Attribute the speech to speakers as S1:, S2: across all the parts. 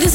S1: this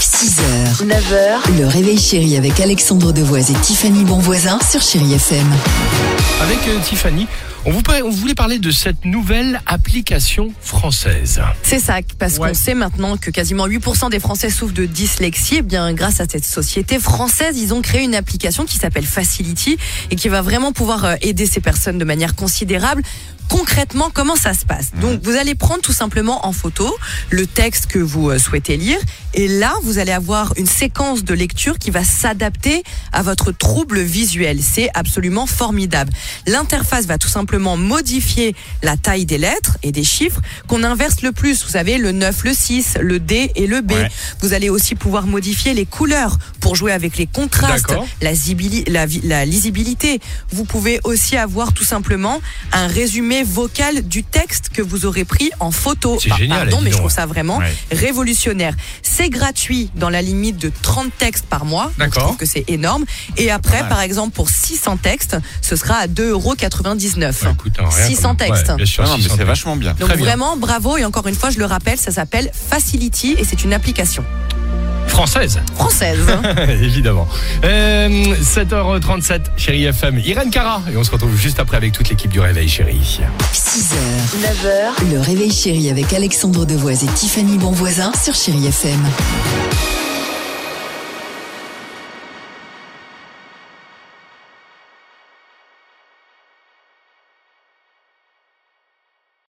S2: 6h, 9h, le réveil chéri avec Alexandre Devoise et Tiffany Bonvoisin sur Chérie FM.
S3: Avec euh, Tiffany, on, vous, par- on voulait parler de cette nouvelle application française.
S4: C'est ça, parce
S3: Ouais.
S4: qu'on sait maintenant que quasiment 8% des Français souffrent de dyslexie. Eh bien, grâce à cette société française, ils ont créé une application qui s'appelle Facility et qui va vraiment pouvoir euh, aider ces personnes de manière considérable. Concrètement, comment ça se passe Donc, vous allez prendre tout simplement en photo le texte que vous euh, souhaitez lire, et là, vous allez avoir une séquence de lecture qui va s'adapter à votre trouble visuel. C'est absolument formidable. L'interface va tout simplement modifier la taille des lettres et des chiffres qu'on inverse le plus. Vous savez, le 9, le 6, le D et le B.
S3: Ouais.
S4: Vous allez aussi pouvoir modifier les couleurs pour jouer avec les contrastes,
S3: D'accord.
S4: la, zibili- la vi- la lisibilité. Vous pouvez aussi avoir tout simplement un résumé vocal du texte que vous aurez pris en photo.
S3: C'est génial,
S4: Pardon,
S3: dis
S4: mais je
S3: donc.
S4: trouve ça vraiment
S3: Ouais.
S4: révolutionnaire. C'est gratuit dans la limite de 30 textes par mois. Donc,
S3: D'accord.
S4: Je trouve que c'est énorme. Et après, par exemple, pour 600 textes, ce sera à 2,99
S3: Ouais,
S4: euros.
S3: écoute, hein, rien
S4: 600
S3: comme- ouais,
S4: textes.
S3: bien sûr,
S5: Ah non, mais
S3: 600
S5: c'est
S3: textes.
S5: vachement bien.
S4: Donc
S3: Très bien.
S4: vraiment, bravo. Et encore une fois, je le rappelle, ça s'appelle Facility et c'est une application
S3: Française,
S4: française.
S3: évidemment. Euh, 7h37, Chérie FM, Irène Cara. Et on se retrouve juste après avec toute l'équipe du Réveil, Chérie.
S2: 6h, 9h, le réveil chéri avec Alexandre Devoise et Tiffany Bonvoisin sur Chérie FM.